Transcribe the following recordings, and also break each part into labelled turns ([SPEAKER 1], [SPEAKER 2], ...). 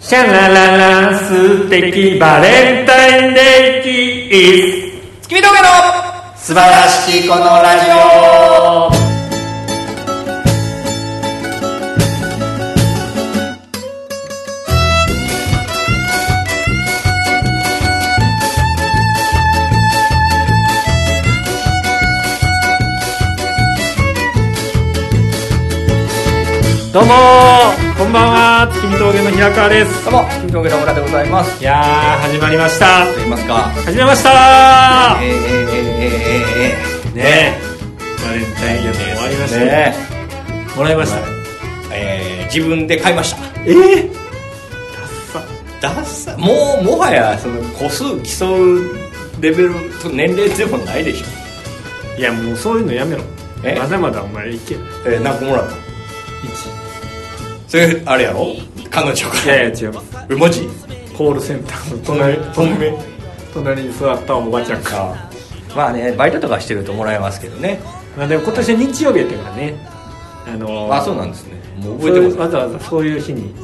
[SPEAKER 1] シャラララ素敵バレンタインデーキーズ
[SPEAKER 2] 月見峠の
[SPEAKER 3] 素晴らしきこのラジオ
[SPEAKER 1] どうもこんばんは月見峠の平川です
[SPEAKER 2] どうも月見峠の村でございます
[SPEAKER 1] いやー始まりました
[SPEAKER 3] と言いますか
[SPEAKER 1] 始めました
[SPEAKER 3] えー、えー、えー、えー、えー、
[SPEAKER 1] ねえバレンタインデーも終わりましたね
[SPEAKER 3] ね
[SPEAKER 1] もらいました
[SPEAKER 3] ええー、自分で買いました
[SPEAKER 1] えー
[SPEAKER 3] ダサもうもはやその個数競うレベルと年齢でもないでしょ
[SPEAKER 1] いやもうそういうのやめろ
[SPEAKER 3] え
[SPEAKER 1] まだまだお前いける
[SPEAKER 3] えー、何個もらったそれあれやろ彼女か
[SPEAKER 1] いやいや違います
[SPEAKER 3] ら文字
[SPEAKER 1] コールセンターの隣隣隣に座ったおばちゃんか
[SPEAKER 3] あまあねバイトとかしてるともらえますけどね
[SPEAKER 1] まあでも今年は日曜日やったからねあのー
[SPEAKER 3] あそうなんですねもう覚え
[SPEAKER 1] そ
[SPEAKER 3] て
[SPEAKER 1] ういうわ
[SPEAKER 3] ま
[SPEAKER 1] ざわざそういう日に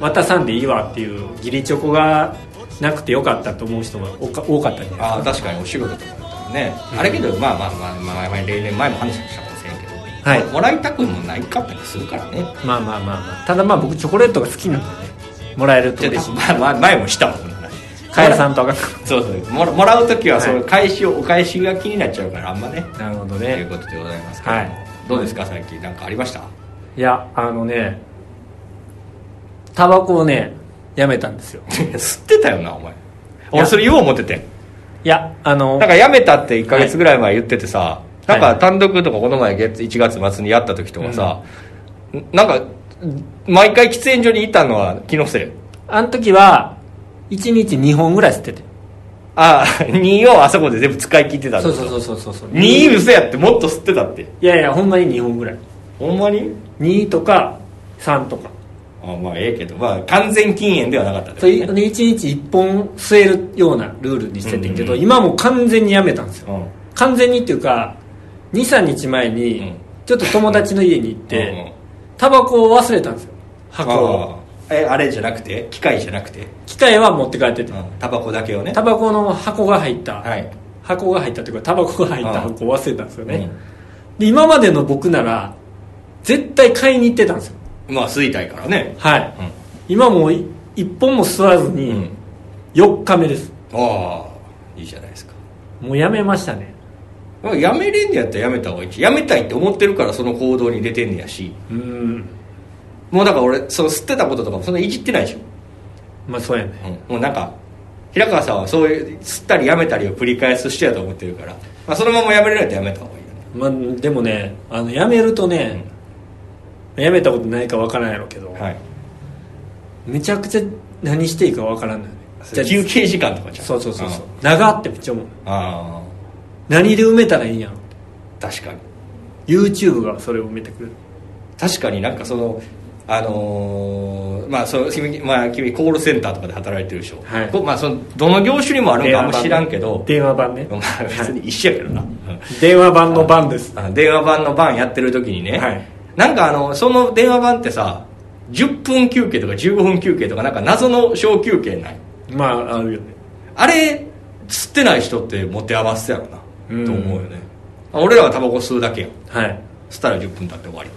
[SPEAKER 1] 渡さんでいいわっていう義理チョコがなくてよかったと思う人が多か多かったんじゃ
[SPEAKER 3] す
[SPEAKER 1] ない
[SPEAKER 3] ああ確かにお仕事とかだったらね、あれけどまあまあまあまあ、まあ、例年前も話したかもしれんけど、
[SPEAKER 1] はい
[SPEAKER 3] もらいたくもないかったりするからね
[SPEAKER 1] まあまあまあまあただまあ僕チョコレートが好きなんでねもらえると
[SPEAKER 3] ちょっ
[SPEAKER 1] 嬉し
[SPEAKER 3] と
[SPEAKER 1] い
[SPEAKER 3] まあまあ前もした もんね
[SPEAKER 1] カエルさんとあかん
[SPEAKER 3] そうそうもらもらう時はそ
[SPEAKER 1] は
[SPEAKER 3] の
[SPEAKER 1] い
[SPEAKER 3] 返しを、お返しが気になっちゃうからあんまね
[SPEAKER 1] なるほど
[SPEAKER 3] という
[SPEAKER 1] ね
[SPEAKER 3] ことでございますけども、
[SPEAKER 1] はい
[SPEAKER 3] どうですか最近なんかありました
[SPEAKER 1] いやあのねタバコをねやめたんですよ
[SPEAKER 3] 吸ってたよなお前
[SPEAKER 1] いや
[SPEAKER 3] 俺それ言おう思ってて
[SPEAKER 1] いやあの
[SPEAKER 3] なんかやめたって1か月ぐらい前言っててさ、
[SPEAKER 1] はい
[SPEAKER 3] なんか単独とかこの前月1月末にやった時とかさ、なんか毎回喫煙所にいたのは気のせい
[SPEAKER 1] あの時は1日2本ぐらい吸ってて
[SPEAKER 3] ああ2をあそこで全部使い切ってたんだ
[SPEAKER 1] そうそうそうそうそう
[SPEAKER 3] 2嘘やってもっと吸ってたって
[SPEAKER 1] いやいやほんまに2本ぐらい
[SPEAKER 3] ほんまに
[SPEAKER 1] 2とか3とか
[SPEAKER 3] あまあええけどまあ完全禁煙ではなかった
[SPEAKER 1] そう
[SPEAKER 3] け
[SPEAKER 1] い
[SPEAKER 3] ど
[SPEAKER 1] う
[SPEAKER 3] ね
[SPEAKER 1] ね一日一本吸えるようなルールにしててんけど、
[SPEAKER 3] うん
[SPEAKER 1] 今もう完全にやめたんですよ
[SPEAKER 3] うん
[SPEAKER 1] 完全にっていうか23日前
[SPEAKER 3] う
[SPEAKER 1] に
[SPEAKER 3] ん
[SPEAKER 1] ちょっと友達の家に行っ
[SPEAKER 3] うんうん
[SPEAKER 1] てタバコを忘れたんですよ箱を
[SPEAKER 3] ああえあれじゃなくて機械じゃなくて、
[SPEAKER 1] 機械は持って帰って
[SPEAKER 3] う
[SPEAKER 1] て
[SPEAKER 3] ん、タバコだけをね
[SPEAKER 1] タバコの箱が入った、
[SPEAKER 3] はい
[SPEAKER 1] 箱が入ったっていうかタバコが入った
[SPEAKER 3] うん
[SPEAKER 1] 箱を忘れたんですよね、
[SPEAKER 3] うん
[SPEAKER 1] で今までの僕なら絶対買いに行ってたんですよ
[SPEAKER 3] まあ吸いたいからね
[SPEAKER 1] はい、
[SPEAKER 3] うん
[SPEAKER 1] 今もうい一本も吸わず
[SPEAKER 3] う
[SPEAKER 1] に
[SPEAKER 3] ん
[SPEAKER 1] 4日目です
[SPEAKER 3] ああいいじゃないですか
[SPEAKER 1] もうやめましたね
[SPEAKER 3] まあやめれんねやったらやめた方がいいしやめたいって思ってるからその行動に出てんねやし
[SPEAKER 1] うん
[SPEAKER 3] もうだから俺その吸ってたこととかもそんないじってないでしょ、
[SPEAKER 1] まあそうやね
[SPEAKER 3] うんもうなんか平川さんはそういう吸ったりやめたりを繰り返す人やと思ってるから、まあ、そのままやめれないとやめた方がいいよね
[SPEAKER 1] まあ、でもねあの辞めるとね、辞めたことないかわからんやろうけど、
[SPEAKER 3] はい
[SPEAKER 1] めちゃくちゃ何していいかわからんのよね
[SPEAKER 3] それ休憩時間とかじゃん
[SPEAKER 1] そうそうそうそう長ってめっちゃ思う
[SPEAKER 3] ああ
[SPEAKER 1] 何で埋めたらいいんやろって
[SPEAKER 3] 確かに
[SPEAKER 1] YouTube がそれを埋めてくれる
[SPEAKER 3] 確かになんかそのあのーまあその君,、まあ、君コールセンターとかで働いてるでしょ、
[SPEAKER 1] はい
[SPEAKER 3] こまあ、そのどの業種にもあるのかあんま知らんけど
[SPEAKER 1] 電話版ね
[SPEAKER 3] まあ別に一緒やけどな、
[SPEAKER 1] 電話版の版です
[SPEAKER 3] あの電話番の番やってる時にね、
[SPEAKER 1] はい
[SPEAKER 3] なんかあのその電話番ってさ10分休憩とか15分休憩とかなんか謎の小休憩ない
[SPEAKER 1] まああるよね
[SPEAKER 3] あれ吸ってない人って持て余すやろな、
[SPEAKER 1] うん
[SPEAKER 3] と思うよね俺らはタバコ吸うだけやん
[SPEAKER 1] はい、
[SPEAKER 3] 吸ったら10分経って終わり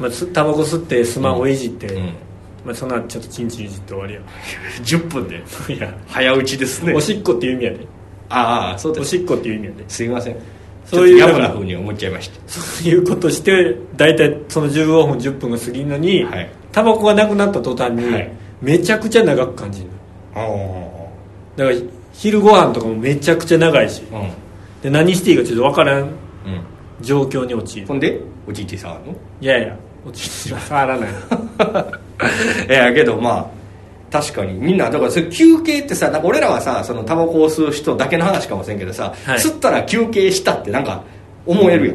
[SPEAKER 1] まあ、すタバコ吸ってスマホいじって、
[SPEAKER 3] うん
[SPEAKER 1] まあ、その後ちょっとチンチンいじって終 わりや
[SPEAKER 3] 10分で
[SPEAKER 1] いや
[SPEAKER 3] 早打ちですね
[SPEAKER 1] おしっこっていう意味やで
[SPEAKER 3] ああそうで
[SPEAKER 1] お
[SPEAKER 3] す
[SPEAKER 1] しっこっていう意味やです
[SPEAKER 3] いません
[SPEAKER 1] そういう
[SPEAKER 3] ちょっとやぶな風に思っちゃいました
[SPEAKER 1] そういうことして大体その15分10分が過ぎるのに、
[SPEAKER 3] はい
[SPEAKER 1] タバコがなくなった途端に、
[SPEAKER 3] はい
[SPEAKER 1] めちゃくちゃ長く感じる
[SPEAKER 3] あ
[SPEAKER 1] だから昼ご飯とかもめちゃくちゃ長いし
[SPEAKER 3] あ
[SPEAKER 1] で何していいかちょっと分からん
[SPEAKER 3] うん、うん、
[SPEAKER 1] 状況に陥る
[SPEAKER 3] ほんでおじいちさんの
[SPEAKER 1] いやいや落ちては 触らない
[SPEAKER 3] いやけどまあ確かにみんなだからそれ休憩ってさなんか俺らはさそのタバコを吸う人だけの話かもしれんけどさ、
[SPEAKER 1] はい
[SPEAKER 3] 吸ったら休憩したってなんか思えるよ、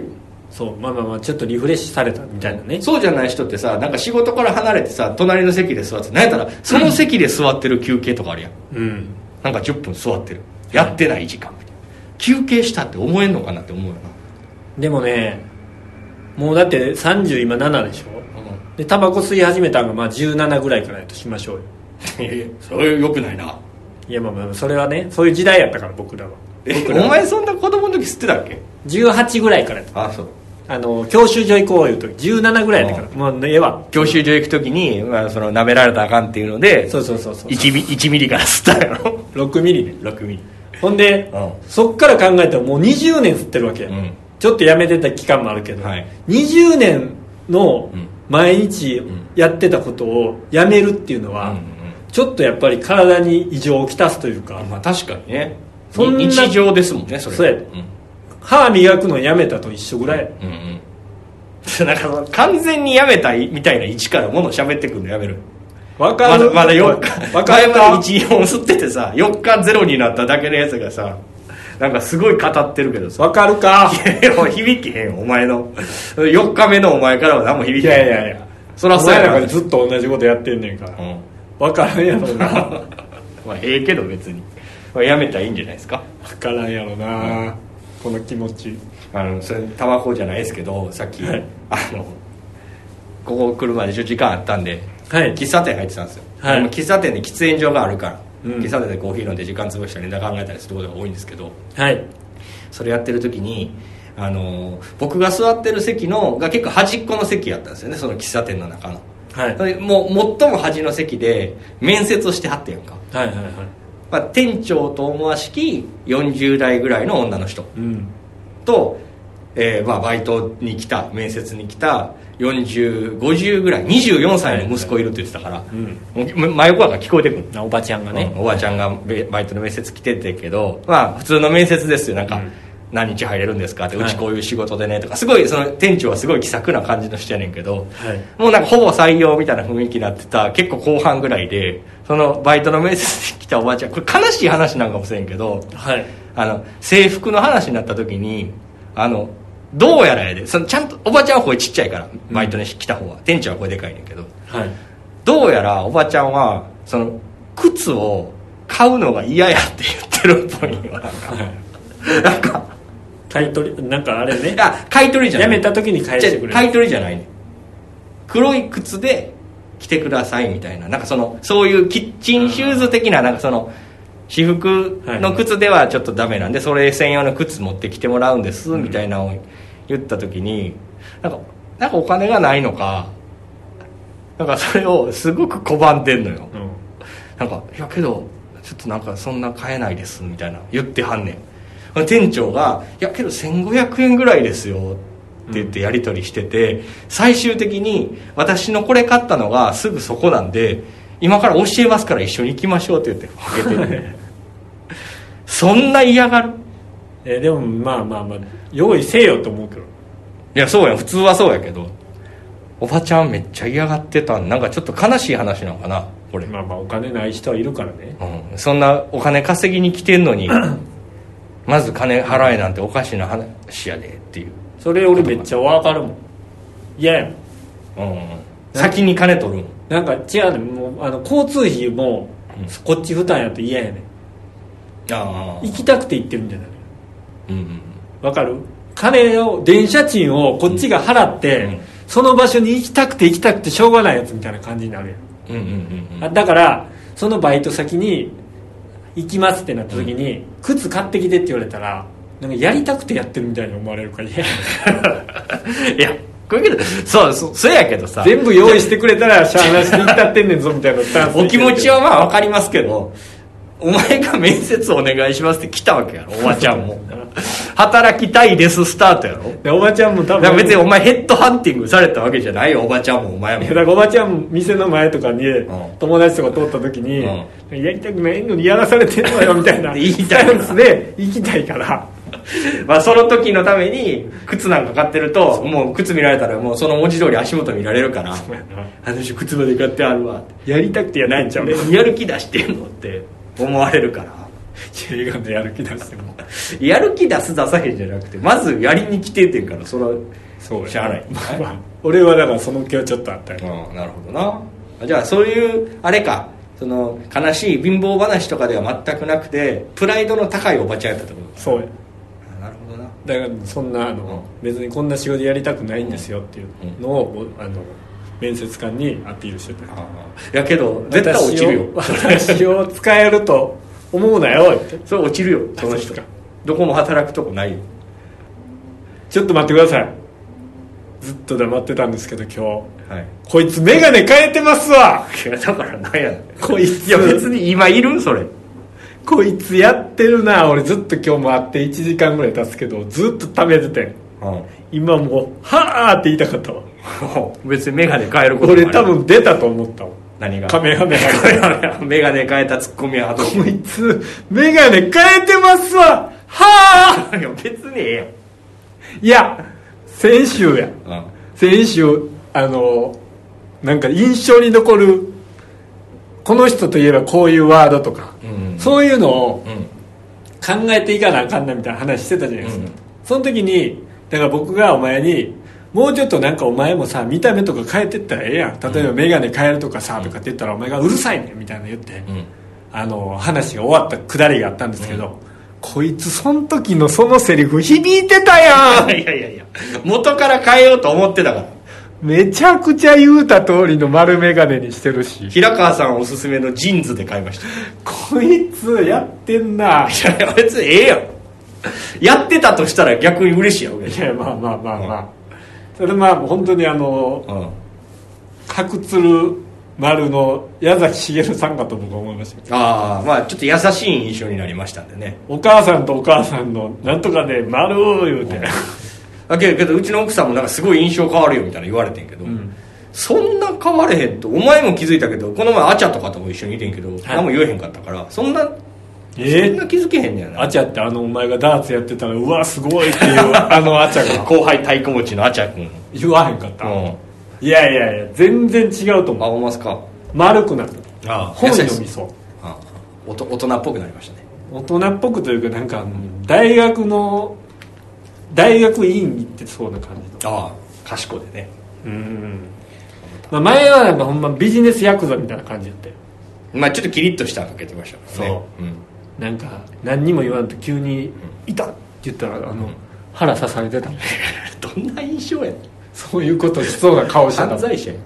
[SPEAKER 1] そうまあまあまあちょっとリフレッシュされたみたいなね
[SPEAKER 3] そうじゃない人ってさなんか仕事から離れてさ隣の席で座ってなんやったらその席で座ってる休憩とかあるやん
[SPEAKER 1] うん
[SPEAKER 3] なんか10分座ってるやってない時間みたいな休憩したって思えんのかなって思うよ
[SPEAKER 1] でもねもうだって30今7でしょ
[SPEAKER 3] な、
[SPEAKER 1] でタバコ吸い始めたのがまあ17ぐらいからやとしましょうよ
[SPEAKER 3] いやいやそれよくないない
[SPEAKER 1] やまあまあそれはねそういう時代やったから僕らは
[SPEAKER 3] えお前そんな子供の時吸ってたっけ
[SPEAKER 1] 18ぐらいからやった
[SPEAKER 3] あそう
[SPEAKER 1] あの教習所行こういう時17ぐらいやったからもうねええわ
[SPEAKER 3] 教習所行く時に、まあ、その舐められたらあかんっていうので
[SPEAKER 1] そうそうそうそう
[SPEAKER 3] 1ミ1ミリから吸ったやろ
[SPEAKER 1] 6ミリね
[SPEAKER 3] 6ミリ
[SPEAKER 1] ほんで、
[SPEAKER 3] う
[SPEAKER 1] そっから考えたらもう20年吸ってるわけや、
[SPEAKER 3] うん
[SPEAKER 1] ちょっとやめてた期間もあるけど、
[SPEAKER 3] はい
[SPEAKER 1] 20年の
[SPEAKER 3] うん
[SPEAKER 1] 毎日やってたことをやめるっていうのは、
[SPEAKER 3] うんうん
[SPEAKER 1] ちょっとやっぱり体に異常をきたすというか、
[SPEAKER 3] まあ確かにね
[SPEAKER 1] そんな
[SPEAKER 3] 日常ですもんねそれ
[SPEAKER 1] そうや歯磨くのやめたと一緒ぐらい、
[SPEAKER 3] うんうんうんなんかその完全にやめたいみたいな位置からもの喋ってくるのやめる
[SPEAKER 1] わ
[SPEAKER 3] ま
[SPEAKER 1] か
[SPEAKER 3] だ
[SPEAKER 1] る
[SPEAKER 3] まだ4日
[SPEAKER 1] わか
[SPEAKER 3] 前
[SPEAKER 1] る
[SPEAKER 3] まで14吸っててさ4日ゼロになっただけのやつがさなんかすごい語ってるけどさ
[SPEAKER 1] わかるか
[SPEAKER 3] い やもう響きへんよお前の4日目のお前からは何も響
[SPEAKER 1] い
[SPEAKER 3] きへん
[SPEAKER 1] やいやいや
[SPEAKER 3] そらそうや
[SPEAKER 1] お前
[SPEAKER 3] な
[SPEAKER 1] らがずっと同じことやってんねんか
[SPEAKER 3] う
[SPEAKER 1] ら
[SPEAKER 3] ん
[SPEAKER 1] わからんやろ なわ
[SPEAKER 3] まあええけど別に、まあ、やめたらいいんじゃないですか
[SPEAKER 1] からんやろなこの気持ち
[SPEAKER 3] あのそれタバコじゃないですけどさっき、
[SPEAKER 1] はい
[SPEAKER 3] あのここ来るまで一応時間あったんで、
[SPEAKER 1] はい
[SPEAKER 3] 喫茶店入ってたんですよ、
[SPEAKER 1] はい
[SPEAKER 3] でも喫茶店で喫煙所があるから、
[SPEAKER 1] うん
[SPEAKER 3] 喫茶店でコーヒー飲んで時間潰したりネタ考えたりすることが多いんですけど
[SPEAKER 1] はい
[SPEAKER 3] それやってる時にあの僕が座ってる席のが結構端っこの席やったんですよねその喫茶店の中の、
[SPEAKER 1] はい
[SPEAKER 3] それもう最も端の席で面接をしてはってやんか、
[SPEAKER 1] はいはいはい
[SPEAKER 3] まあ、店長と思わしき40代ぐらいの女の人、
[SPEAKER 1] うん
[SPEAKER 3] と、えーまあ、バイトに来た面接に来た4050ぐらい24歳の息子いるって言ってたから、もう真横から聞こえてくる、
[SPEAKER 1] おばちゃんがね、
[SPEAKER 3] うんおばあちゃんがべバイトの面接来ててけどまあ普通の面接ですよなんか、
[SPEAKER 1] うん
[SPEAKER 3] 何日入れるんですかってう
[SPEAKER 1] は
[SPEAKER 3] ち
[SPEAKER 1] い
[SPEAKER 3] こういう仕事でねとかすごいその店長はすごい気さくな感じの人やねんけど、
[SPEAKER 1] はい
[SPEAKER 3] もうなんかほぼ採用みたいな雰囲気になってた結構後半ぐらいでそのバイトの面接に来たおばあちゃんこれ悲しい話なんかもしれんけど、
[SPEAKER 1] はい
[SPEAKER 3] あの制服の話になった時にあのどうやらやでそのちゃんとおばちゃんは声ちっちゃいからバイトに来た方は、店長は声でかいねんけど
[SPEAKER 1] はい
[SPEAKER 3] どうやらおばちゃんはその靴を買うのが嫌やって言ってるっぽいんよなんかなんか
[SPEAKER 1] 買い取りなんかあれね
[SPEAKER 3] いや買い取りじゃな
[SPEAKER 1] や
[SPEAKER 3] い
[SPEAKER 1] めた時に返してく
[SPEAKER 3] じ
[SPEAKER 1] れ
[SPEAKER 3] ゃ
[SPEAKER 1] る
[SPEAKER 3] 買い取りじゃないねん黒い靴で来てくださいみたいななんかそのそういうキッチンシューズ的ななんかその私服の靴ではちょっとダメなんでそれ専用の靴持ってきてもらうんですみたいなのを言った時になんかなんかお金がないのかなんかそれをすごく拒んでんのよ
[SPEAKER 1] うん
[SPEAKER 3] なんか「いやけどちょっとなんかそんな買えないです」みたいな言ってはんねん店長が「いやけど1500円ぐらいですよ」って言ってやり取りしてて、最終的に「私のこれ買ったのがすぐそこなんで今から教えますから一緒に行きましょう」って言ってかけ てねそんな嫌がる
[SPEAKER 1] えでもまあまあまあ用意せえよと思うけど
[SPEAKER 3] いやそうやん普通はそうやけどおばちゃんめっちゃ嫌がってたんなんかちょっと悲しい話なのかなこれ
[SPEAKER 1] まあまあお金ない人はいるからね
[SPEAKER 3] うん、そんなお金稼ぎに来てんの にまず金払えなんておかしな話やでっていう、
[SPEAKER 1] それ俺めっちゃ分かるもん嫌やもん
[SPEAKER 3] うんうん先に金取るもん
[SPEAKER 1] なんか違うねもうあの交通費も
[SPEAKER 3] うん
[SPEAKER 1] こっち負担やと嫌やね
[SPEAKER 3] あ
[SPEAKER 1] 行きたくて行ってるんじゃない
[SPEAKER 3] うんうん
[SPEAKER 1] わかる金を電車賃をこっちが払って、
[SPEAKER 3] うん
[SPEAKER 1] その場所に行きたくて行きたくてしょうがないやつみたいな感じになるやん
[SPEAKER 3] うんうんうん
[SPEAKER 1] あだからそのバイト先に行きますってなった時に、靴買ってきてって言われたらなんかやりたくてやってるみたいに思われるから嫌や
[SPEAKER 3] うん いやこれけどそうそうそれやけど さ
[SPEAKER 1] 全部用意してくれたらしゃあなしに行ったってんねんぞみたいなスタンスで
[SPEAKER 3] お気持ちはまあ分かりますけどお前が面接お願いしますって来たわけやろおばちゃん も働きたいですスタートやろ
[SPEAKER 1] でおばちゃんも多
[SPEAKER 3] だから
[SPEAKER 1] 分
[SPEAKER 3] 別にお前ヘッドハンティングされたわけじゃないよおばちゃんもお前も
[SPEAKER 1] いやだからおばちゃんも店の前とかに
[SPEAKER 3] ん
[SPEAKER 1] 友達とか通った時に、
[SPEAKER 3] う
[SPEAKER 1] やりたくないのにやらされてんのよみたいな
[SPEAKER 3] 言いたい
[SPEAKER 1] スタンスで行きたいから
[SPEAKER 3] まあその時のために靴なんか買ってるともう靴見られたらもうその文字通り足元見られるから 私靴まで買ってあるわって
[SPEAKER 1] やりたくてやってんちゃう
[SPEAKER 3] でやる気出してんのって思われるから
[SPEAKER 1] 映画でやる気出しても
[SPEAKER 3] やる気出す出さへんじゃなくてまずやりに来ててんからそれは
[SPEAKER 1] そうや
[SPEAKER 3] しゃあない、
[SPEAKER 1] まあ俺はだからその気はちょっとあったよ
[SPEAKER 3] うんなるほどなじゃあそういうあれかその悲しい貧乏話とかでは全くなくてプライドの高いおばちゃんやったってこと
[SPEAKER 1] そうや
[SPEAKER 3] あなるほどな
[SPEAKER 1] だからそんなあの、別にこんな仕事やりたくないんですよっていうのを、あの面接官にアピールしてた
[SPEAKER 3] やけど絶対落ちるよ
[SPEAKER 1] 私を私を 使えると思うなよって
[SPEAKER 3] それ落ちるよその
[SPEAKER 1] そ
[SPEAKER 3] 人
[SPEAKER 1] うですか
[SPEAKER 3] どこも働くとこないよ
[SPEAKER 1] ちょっと待ってくださいずっと黙ってたんですけど今
[SPEAKER 3] はい
[SPEAKER 1] 日こいつ眼鏡変えてますわ
[SPEAKER 3] いやだからなんやねん
[SPEAKER 1] こいつ
[SPEAKER 3] いや別に今いるそれ
[SPEAKER 1] こいつやってるな俺ずっと今日も会って1時間ぐらい経つけどずっとためててん今もう「はあ」って言いたかったわ
[SPEAKER 3] 別に眼鏡変えることもあ
[SPEAKER 1] 俺
[SPEAKER 3] る
[SPEAKER 1] 多分出たと思ったわ
[SPEAKER 3] 何が
[SPEAKER 1] カ メハメハメ
[SPEAKER 3] 眼鏡変えたツッコミは後
[SPEAKER 1] こいつ眼鏡変えてますわはあ
[SPEAKER 3] いや別にえ
[SPEAKER 1] いや先週や
[SPEAKER 3] えやん
[SPEAKER 1] 先週あのなんか印象に残るこの人といえばこういうワードとか、
[SPEAKER 3] うん
[SPEAKER 1] そういうのを
[SPEAKER 3] うん
[SPEAKER 1] 考えていかなあかんなみたいな話してたじゃないですか、
[SPEAKER 3] うん
[SPEAKER 1] その時にだから僕がお前にもうちょっとなんかお前もさ見た目とか変えてったらええやん例えば眼鏡変えるとかさとかって言ったらお前がうるさいねんみたいなの言って、
[SPEAKER 3] うん
[SPEAKER 1] あの話が終わったくだりがあったんですけど、こいつその時のそのセリフ響いてたやん
[SPEAKER 3] いやいやいや元から変えようと思ってたから
[SPEAKER 1] めちゃくちゃ言うた通りの丸眼鏡にしてるし
[SPEAKER 3] 平川さんおすすめのジーンズで買いました
[SPEAKER 1] こいつやってんない
[SPEAKER 3] いやいや別にええやんやってたとしたら逆に嬉しいやん俺
[SPEAKER 1] いやまあまあまあまあ、それまあ本当にあの
[SPEAKER 3] うん
[SPEAKER 1] 白鶴丸の矢崎しげるさんかと僕は思いましたけど
[SPEAKER 3] ああまあちょっと優しい印象になりましたんでね
[SPEAKER 1] お母さんとお母さんのなんとかで丸言うて
[SPEAKER 3] だけどけどうちの奥さんもなんかすごい印象変わるよみたいな言われてんけど、そんな変われへんとお前も気づいたけどこの前アチャとかとも一緒にいてんけど、何も言えへんかったからそんなそ
[SPEAKER 1] え
[SPEAKER 3] んな気づけへんねやな
[SPEAKER 1] アチャってあのお前がダーツやってたらうわすごいっていうあのアチャが
[SPEAKER 3] 後輩太鼓持ちのアチャ君う ん
[SPEAKER 1] 言わへんかった、
[SPEAKER 3] あ
[SPEAKER 1] いやいやいや全然違うと思う
[SPEAKER 3] 思いますか
[SPEAKER 1] 丸くなった
[SPEAKER 3] あ
[SPEAKER 1] 本
[SPEAKER 3] 優
[SPEAKER 1] 読
[SPEAKER 3] しい
[SPEAKER 1] みそう
[SPEAKER 3] あおと大人っぽくなりましたね
[SPEAKER 1] 大人っぽくというかなんかあの大学の大学院行ってそうな感じの
[SPEAKER 3] ああ賢いでね
[SPEAKER 1] うん、まあ、前はなんかほんまビジネスヤクザみたいな感じやって
[SPEAKER 3] まあちょっとキリッとしたの受けてましたからね
[SPEAKER 1] そうなんか何にも言わんと急に「いた!」って言ったらあの腹刺されてた
[SPEAKER 3] うん、どんな印象やねん
[SPEAKER 1] そういうことしそうな顔して
[SPEAKER 3] 犯
[SPEAKER 1] た
[SPEAKER 3] 罪者やん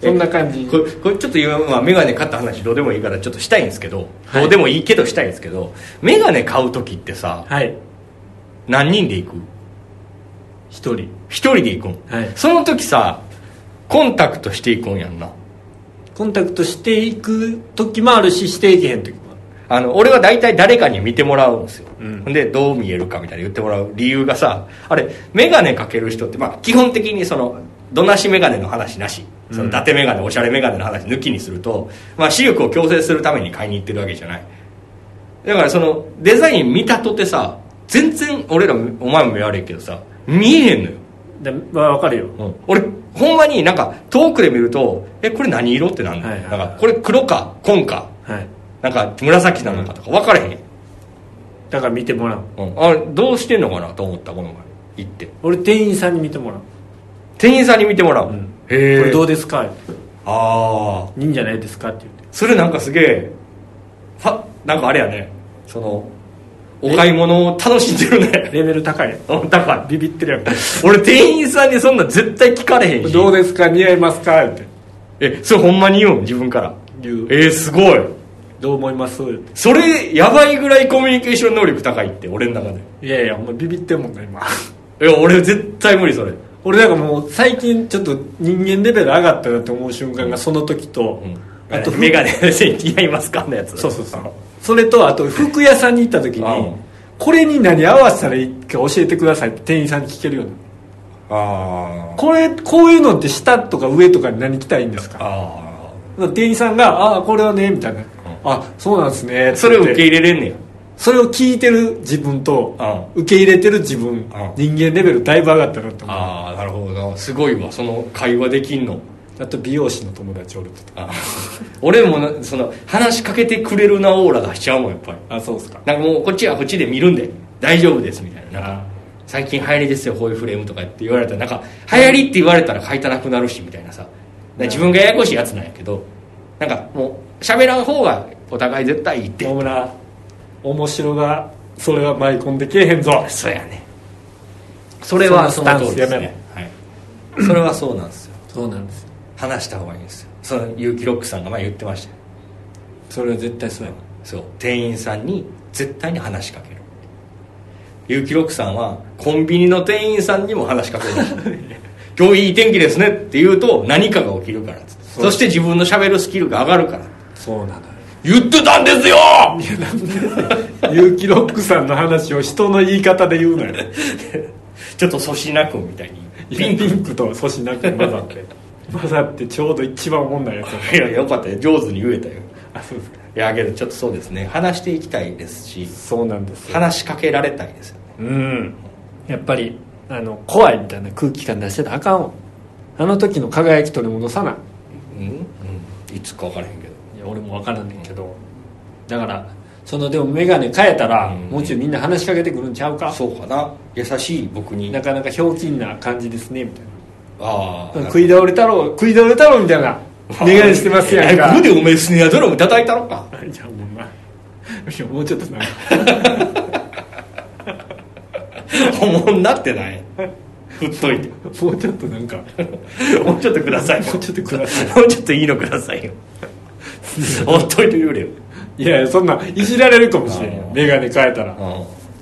[SPEAKER 1] そんな感じ
[SPEAKER 3] これこれちょっと今、まあ、眼鏡買った話どうでもいいからちょっとしたいんですけど、
[SPEAKER 1] はい
[SPEAKER 3] どうでもいいけどしたいんですけど眼鏡買う時ってさ
[SPEAKER 1] はい
[SPEAKER 3] 何人で行く
[SPEAKER 1] 一人
[SPEAKER 3] 一人で行くん、
[SPEAKER 1] はい
[SPEAKER 3] その時さコンタクトしていくんやんな
[SPEAKER 1] コンタクトしていく時もあるししていけへん時もある
[SPEAKER 3] あの俺は大体誰かに見てもらうんですよ、
[SPEAKER 1] うん
[SPEAKER 3] でどう見えるかみたいな言ってもらう理由がさあれ眼鏡かける人って、まあ、基本的にそのどなし眼鏡の話なしその伊達眼鏡おしゃれ眼鏡の話抜きにすると、まあ、視力を矯正するために買いに行ってるわけじゃないだからそのデザイン見たとてさ全然俺らお前も目悪いけどさ見えへんのよ、
[SPEAKER 1] でまあ分かるよ
[SPEAKER 3] 俺ほんまになんか遠くで見ると「えこれ何色?」ってなんの、
[SPEAKER 1] はいはい
[SPEAKER 3] なんかこれ黒か紺か
[SPEAKER 1] はい
[SPEAKER 3] なんか紫なのかとか分からへんやん
[SPEAKER 1] だから見てもらう
[SPEAKER 3] うん、あれどうしてんのかなと思ったこの前行って
[SPEAKER 1] 俺店員さんに見てもらう
[SPEAKER 3] 店員さんに見てもらう、
[SPEAKER 1] んこ
[SPEAKER 3] へ
[SPEAKER 1] れ
[SPEAKER 3] え
[SPEAKER 1] どうですかって
[SPEAKER 3] ああ
[SPEAKER 1] いいんじゃないですかって言って
[SPEAKER 3] それなんかすげえファなんかあれやねそのお買い物を楽しんでるね
[SPEAKER 1] レベル高いやん
[SPEAKER 3] うんだから
[SPEAKER 1] ビビってるやん
[SPEAKER 3] 俺店員さんにそんな絶対聞かれへんし
[SPEAKER 1] どうですか似合いますかって
[SPEAKER 3] えそれほんまに言うん自分から
[SPEAKER 1] 言う
[SPEAKER 3] えー、すごい
[SPEAKER 1] どう思いますって
[SPEAKER 3] それやばいぐらいコミュニケーション能力高いって俺の中
[SPEAKER 1] いやいやお前ビビってんもんな今
[SPEAKER 3] でいや俺絶対無理それ
[SPEAKER 1] 俺なんかもう最近ちょっと人間レベル上がったなって思う瞬間がその時と、あ
[SPEAKER 3] あ
[SPEAKER 1] と
[SPEAKER 3] と眼鏡 似合いますかのやつ
[SPEAKER 1] そうそうそうそれとあと服屋さんに行った時
[SPEAKER 3] う
[SPEAKER 1] に
[SPEAKER 3] ん
[SPEAKER 1] これに何合わせたらいいか教えてくださいって店員さんに聞けるようになる
[SPEAKER 3] あ
[SPEAKER 1] これこういうのって下とか上とかに何着たいんですか
[SPEAKER 3] あああ
[SPEAKER 1] 店員さんが「ああこれはね」みたいな「あそうなんですね」
[SPEAKER 3] それを
[SPEAKER 1] って
[SPEAKER 3] 受け入れれんね
[SPEAKER 1] それを聞いてる自分と
[SPEAKER 3] う
[SPEAKER 1] 受け入れてる自分人間レベルだいぶ上がったなって思う
[SPEAKER 3] やああなるほどなすごいわその会話できんの
[SPEAKER 1] あと美容師の友達おるとか
[SPEAKER 3] あ 俺もなその話しかけてくれるなオーラ出しちゃうもんやっぱり
[SPEAKER 1] あそうっすか
[SPEAKER 3] なんかもうこっちはこっちで見るんで大丈夫ですみたいななん
[SPEAKER 1] あ
[SPEAKER 3] か最近流行りですよこういうフレームとかって言われたらなんか流行りって言われたら買いたなくなるしみたいなさなんか自分がややこしいやつなんやけどなんかもう喋らん方がお互い絶対いいって
[SPEAKER 1] 野村面白がそれは舞い込んでけえへんぞ
[SPEAKER 3] そうやねそれはそ
[SPEAKER 1] そ
[SPEAKER 3] の
[SPEAKER 1] の
[SPEAKER 3] 通り
[SPEAKER 1] スタンス
[SPEAKER 3] です
[SPEAKER 1] やめ
[SPEAKER 3] ね、はい、それはそうなんですよ
[SPEAKER 1] そうなんです
[SPEAKER 3] 話した方がいいんですよその結城ロックさんが前言ってましたよ
[SPEAKER 1] それは絶対そうやわ
[SPEAKER 3] そう店員さんに絶対に話しかける結城ロックさんはコンビニの店員さんにも話しかける今日いい天気ですねって言うと何かが起きるからっつって
[SPEAKER 1] そう
[SPEAKER 3] そして自分のしゃべるスキルが上がるから
[SPEAKER 1] そうなのよ
[SPEAKER 3] 言ってたんですよ
[SPEAKER 1] 結城ロックさんの話を人の言い方で言うのよ
[SPEAKER 3] ちょっと粗品君みたいに
[SPEAKER 1] ピンピンクと粗品君混ざって混ざってちょうど一番おもんないやつ
[SPEAKER 3] いやよかったよ上手に言えたよ
[SPEAKER 1] あそうですか
[SPEAKER 3] いやけどちょっとそうですね話していきたいですし
[SPEAKER 1] そうなんですよ
[SPEAKER 3] 話しかけられたいですよね
[SPEAKER 1] うんやっぱりあの怖いみたいな空気感出してたらあかんわあの時の輝き取り戻さない
[SPEAKER 3] うん、うん、いつか分からへんけど
[SPEAKER 1] いや俺も分からんねんけどだからそのでも眼鏡変えたら、
[SPEAKER 3] うん
[SPEAKER 1] もうちょいみんな話しかけてくるんちゃうか
[SPEAKER 3] そうかな優しい僕に
[SPEAKER 1] なかなかひょうきんな感じですねみたい
[SPEAKER 3] あ
[SPEAKER 1] な食い倒れ太郎食い倒れ太郎みたいな眼鏡してますやんか
[SPEAKER 3] え胸おめえすねやドラム叩いたろか
[SPEAKER 1] いやもうまいやもうちょっとなんか
[SPEAKER 3] おもんなってない振っといて
[SPEAKER 1] もうちょっとなんか
[SPEAKER 3] もうちょっとください
[SPEAKER 1] もうちょっとください
[SPEAKER 3] もうちょっといいのくださいよほっといてくれよ、
[SPEAKER 1] いやいやそんないじられるかもしれんよ
[SPEAKER 3] あー
[SPEAKER 1] 眼鏡変えたら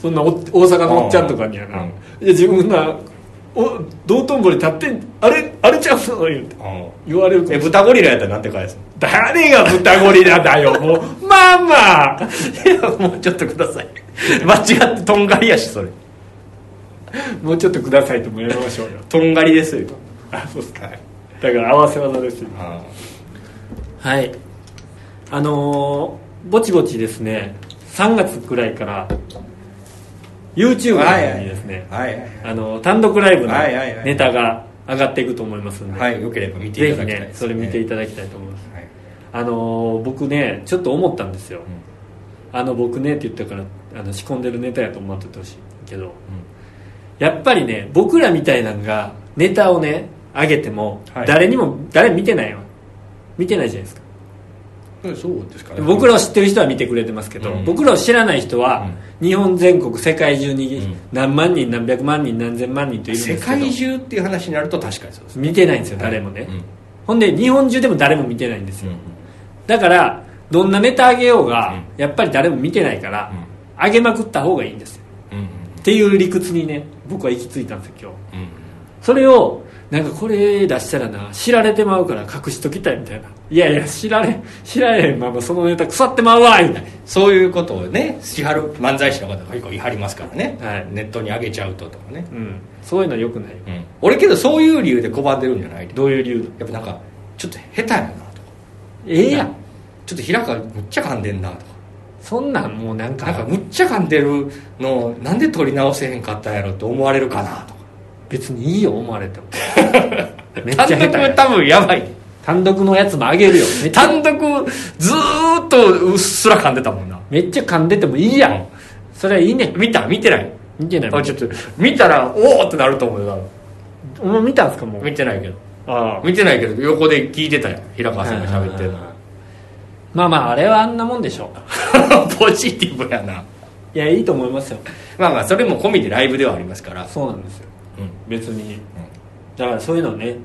[SPEAKER 1] そんなお大阪のおっちゃんとかにやな
[SPEAKER 3] うん
[SPEAKER 1] いや自分がお道頓堀立ってんあれあれちゃうの言うて言われるかもしれ
[SPEAKER 3] え
[SPEAKER 1] ん
[SPEAKER 3] 豚ゴリラやったらなんて返す
[SPEAKER 1] 誰が豚ゴリラだよも うママ
[SPEAKER 3] のいや もうちょっとください 間違ってとんがりやしそれ
[SPEAKER 1] もうちょっとくださいともやめましょうよ
[SPEAKER 3] とんがりですよ
[SPEAKER 1] あそうっすかだから合わせ技ですよはいあのーぼちぼちですね3月くらいから YouTube の方にですね、
[SPEAKER 3] はい
[SPEAKER 1] あの単独ライブの
[SPEAKER 3] はいはいはい
[SPEAKER 1] ネタが上がっていくと思いますんで、
[SPEAKER 3] はいよければ見てい
[SPEAKER 1] ぜ
[SPEAKER 3] た
[SPEAKER 1] ひ
[SPEAKER 3] だきたいです、
[SPEAKER 1] ねそれ見ていただきたいと思います、
[SPEAKER 3] はい
[SPEAKER 1] あのー僕ねちょっと思ったんですよ、あの僕ねって言ったからあの仕込んでるネタやと思っててほしいけど、やっぱりね僕らみたいなのがネタをね上げても、
[SPEAKER 3] はい
[SPEAKER 1] 誰にも誰見てないよ見てないじゃないですか
[SPEAKER 3] うんそうですかね
[SPEAKER 1] 僕らを知ってる人は見てくれてますけど、
[SPEAKER 3] うん
[SPEAKER 1] 僕らを知らない人は、日本全国世界中
[SPEAKER 3] う
[SPEAKER 1] に
[SPEAKER 3] ん
[SPEAKER 1] 何万人何百万人何千万人といるんですけ
[SPEAKER 3] 世
[SPEAKER 1] ど
[SPEAKER 3] 界中っていう話になると確かにそうです
[SPEAKER 1] 見てないんですよ誰もね、
[SPEAKER 3] うん
[SPEAKER 1] ほんで日本中でも誰も見てないんですよ、
[SPEAKER 3] うん
[SPEAKER 1] だからどんなネタあげようが、
[SPEAKER 3] う
[SPEAKER 1] やっぱり誰も見てないから
[SPEAKER 3] うん、
[SPEAKER 1] あげまくった方がいいんですよ
[SPEAKER 3] うん
[SPEAKER 1] っていう理屈にね僕は行き着いたんですよ今日
[SPEAKER 3] うんうん
[SPEAKER 1] それをなんかこれ出したらな知られてまうから隠しときたいみたいないやいや知られ知られへんままそのネタ腐ってまうわみたいな
[SPEAKER 3] そういうことをねしはる漫才師の方が結構言い張りますからね、
[SPEAKER 1] はい
[SPEAKER 3] ネットに上げちゃうととかね、
[SPEAKER 1] うんそういうのはよくないよ
[SPEAKER 3] うん俺けどそういう理由で拒んでるんじゃないで
[SPEAKER 1] どういう理由だ
[SPEAKER 3] やっぱなんかちょっと下手やなとか
[SPEAKER 1] ええやん
[SPEAKER 3] ちょっと平川むっちゃ噛んでんなとか
[SPEAKER 1] そんなんもうなん
[SPEAKER 3] なんか
[SPEAKER 1] か
[SPEAKER 3] むっちゃ噛んでるのをなんで取り直せへんかったんやろと思われるかなとか
[SPEAKER 1] 別にいいよ思われて もめっちゃ下手
[SPEAKER 3] 単独は
[SPEAKER 1] や
[SPEAKER 3] 多分やばい
[SPEAKER 1] 単独のやつもあげるよめっちゃ
[SPEAKER 3] 単独ずーっとうっすら噛んでたもんな
[SPEAKER 1] めっちゃ噛んでてもいいやんそれはいいねん
[SPEAKER 3] 見た見てない
[SPEAKER 1] 見てない
[SPEAKER 3] あちょっと見たらおおってなると思うよ
[SPEAKER 1] お前見たんすかも
[SPEAKER 3] 多
[SPEAKER 1] う
[SPEAKER 3] 分見てないけど
[SPEAKER 1] ああ
[SPEAKER 3] 見てないけど横で聞いてたよ平川さんが喋ってるの
[SPEAKER 1] まあまああれはあんなもんでしょ
[SPEAKER 3] ポジティブやな
[SPEAKER 1] ういやいいと思いますよ
[SPEAKER 3] まあまあそれも込みでライブではありますから
[SPEAKER 1] そうなんですよ
[SPEAKER 3] うん
[SPEAKER 1] 別にだからそういうのね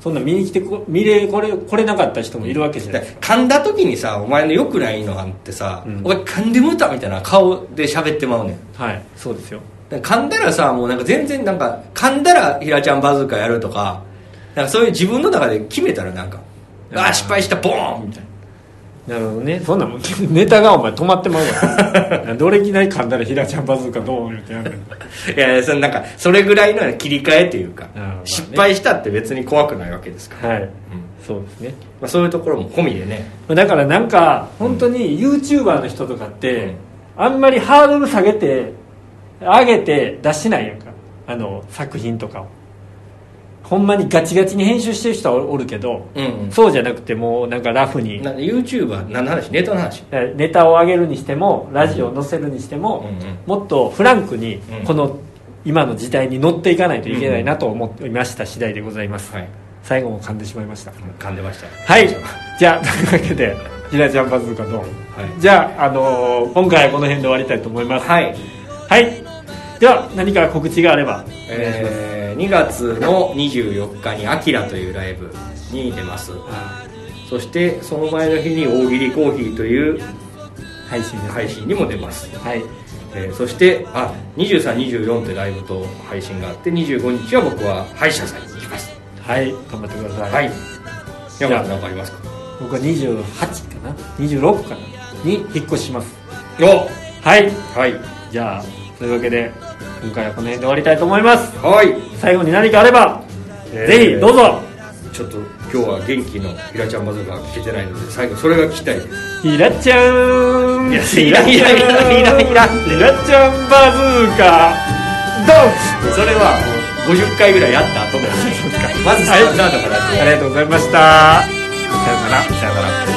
[SPEAKER 1] そんな見に来てこ見れこれこれなかった人もいるわけじゃな
[SPEAKER 3] だ
[SPEAKER 1] い
[SPEAKER 3] から噛んだ時にさお前のよくないのあんってさ、
[SPEAKER 1] うん
[SPEAKER 3] お前噛んでもうたみたいな顔で喋ってまうねん
[SPEAKER 1] はいそうですよ
[SPEAKER 3] だから噛んだらさもうなんか全然なんか噛んだらひらちゃんバズーカやるとかなんかそういう自分の中で決めたらなんか
[SPEAKER 1] うん
[SPEAKER 3] ああ失敗したボーンみたいな
[SPEAKER 1] なるほどねそんなもんネタがお前止まってまうわ どれきない噛んだらひらちゃんバズーカどう言うてやるの
[SPEAKER 3] いやいやそのなんかそれぐらいの切り替えというか、
[SPEAKER 1] うんまあね
[SPEAKER 3] 失敗したって別に怖くないわけですから、
[SPEAKER 1] はい、
[SPEAKER 3] ん
[SPEAKER 1] そうですね
[SPEAKER 3] まあ、そういうところも込みでね
[SPEAKER 1] だからなんか本当に YouTuber の人とかってあんまりハードル下げて上げて出してないやんかあの作品とかをほんまにガチガチに編集してる人はおるけど、
[SPEAKER 3] うんうん
[SPEAKER 1] そうじゃなくてもうなんかラフに
[SPEAKER 3] な YouTuber 何の話ネタの話
[SPEAKER 1] えネタを上げるにしてもラジオを載せるにしても、
[SPEAKER 3] うんうん
[SPEAKER 1] もっとフランクに
[SPEAKER 3] うん
[SPEAKER 1] この今の時代に乗っていかないといけないなと思っていました次第でございます、
[SPEAKER 3] はい
[SPEAKER 1] 最後も噛んでしまいました
[SPEAKER 3] 噛んでました
[SPEAKER 1] はいじゃあというわけでひらちゃんバズーカどう
[SPEAKER 3] はい
[SPEAKER 1] じゃあ、あのー今回はこの辺で終わりたいと思います。
[SPEAKER 3] はい
[SPEAKER 1] はい。では、何か告知があれば。
[SPEAKER 3] えーえー2月の24日に「アキラというライブに出ますそしてその前の日に「大喜利コーヒー」という
[SPEAKER 1] 配信です
[SPEAKER 3] 配信にも出ます、
[SPEAKER 1] はい
[SPEAKER 3] えーそしてあ2324ってライブと配信があって25日は僕は歯医者さんに行きます
[SPEAKER 1] はい頑張ってください、
[SPEAKER 3] はい山田何かありますか
[SPEAKER 1] 僕は28かな26かなに引っ越しします
[SPEAKER 3] お
[SPEAKER 1] はい
[SPEAKER 3] はい
[SPEAKER 1] じゃあというわけで今回はこの辺で終わりたいと思います
[SPEAKER 3] はい
[SPEAKER 1] 最後に何かあれば、
[SPEAKER 3] えー
[SPEAKER 1] ぜひどうぞ
[SPEAKER 3] ちょっと今日は元気のひらちゃんバズが聞けてないので最後それが聞きたいです
[SPEAKER 1] ひらちゃーん
[SPEAKER 3] いやひらひらひらひらひら
[SPEAKER 1] ひらちゃんバズーカド
[SPEAKER 3] それはもう50回ぐらいや った後でまずスタンダードからやって
[SPEAKER 1] ンありがとうございましたさよならさよなら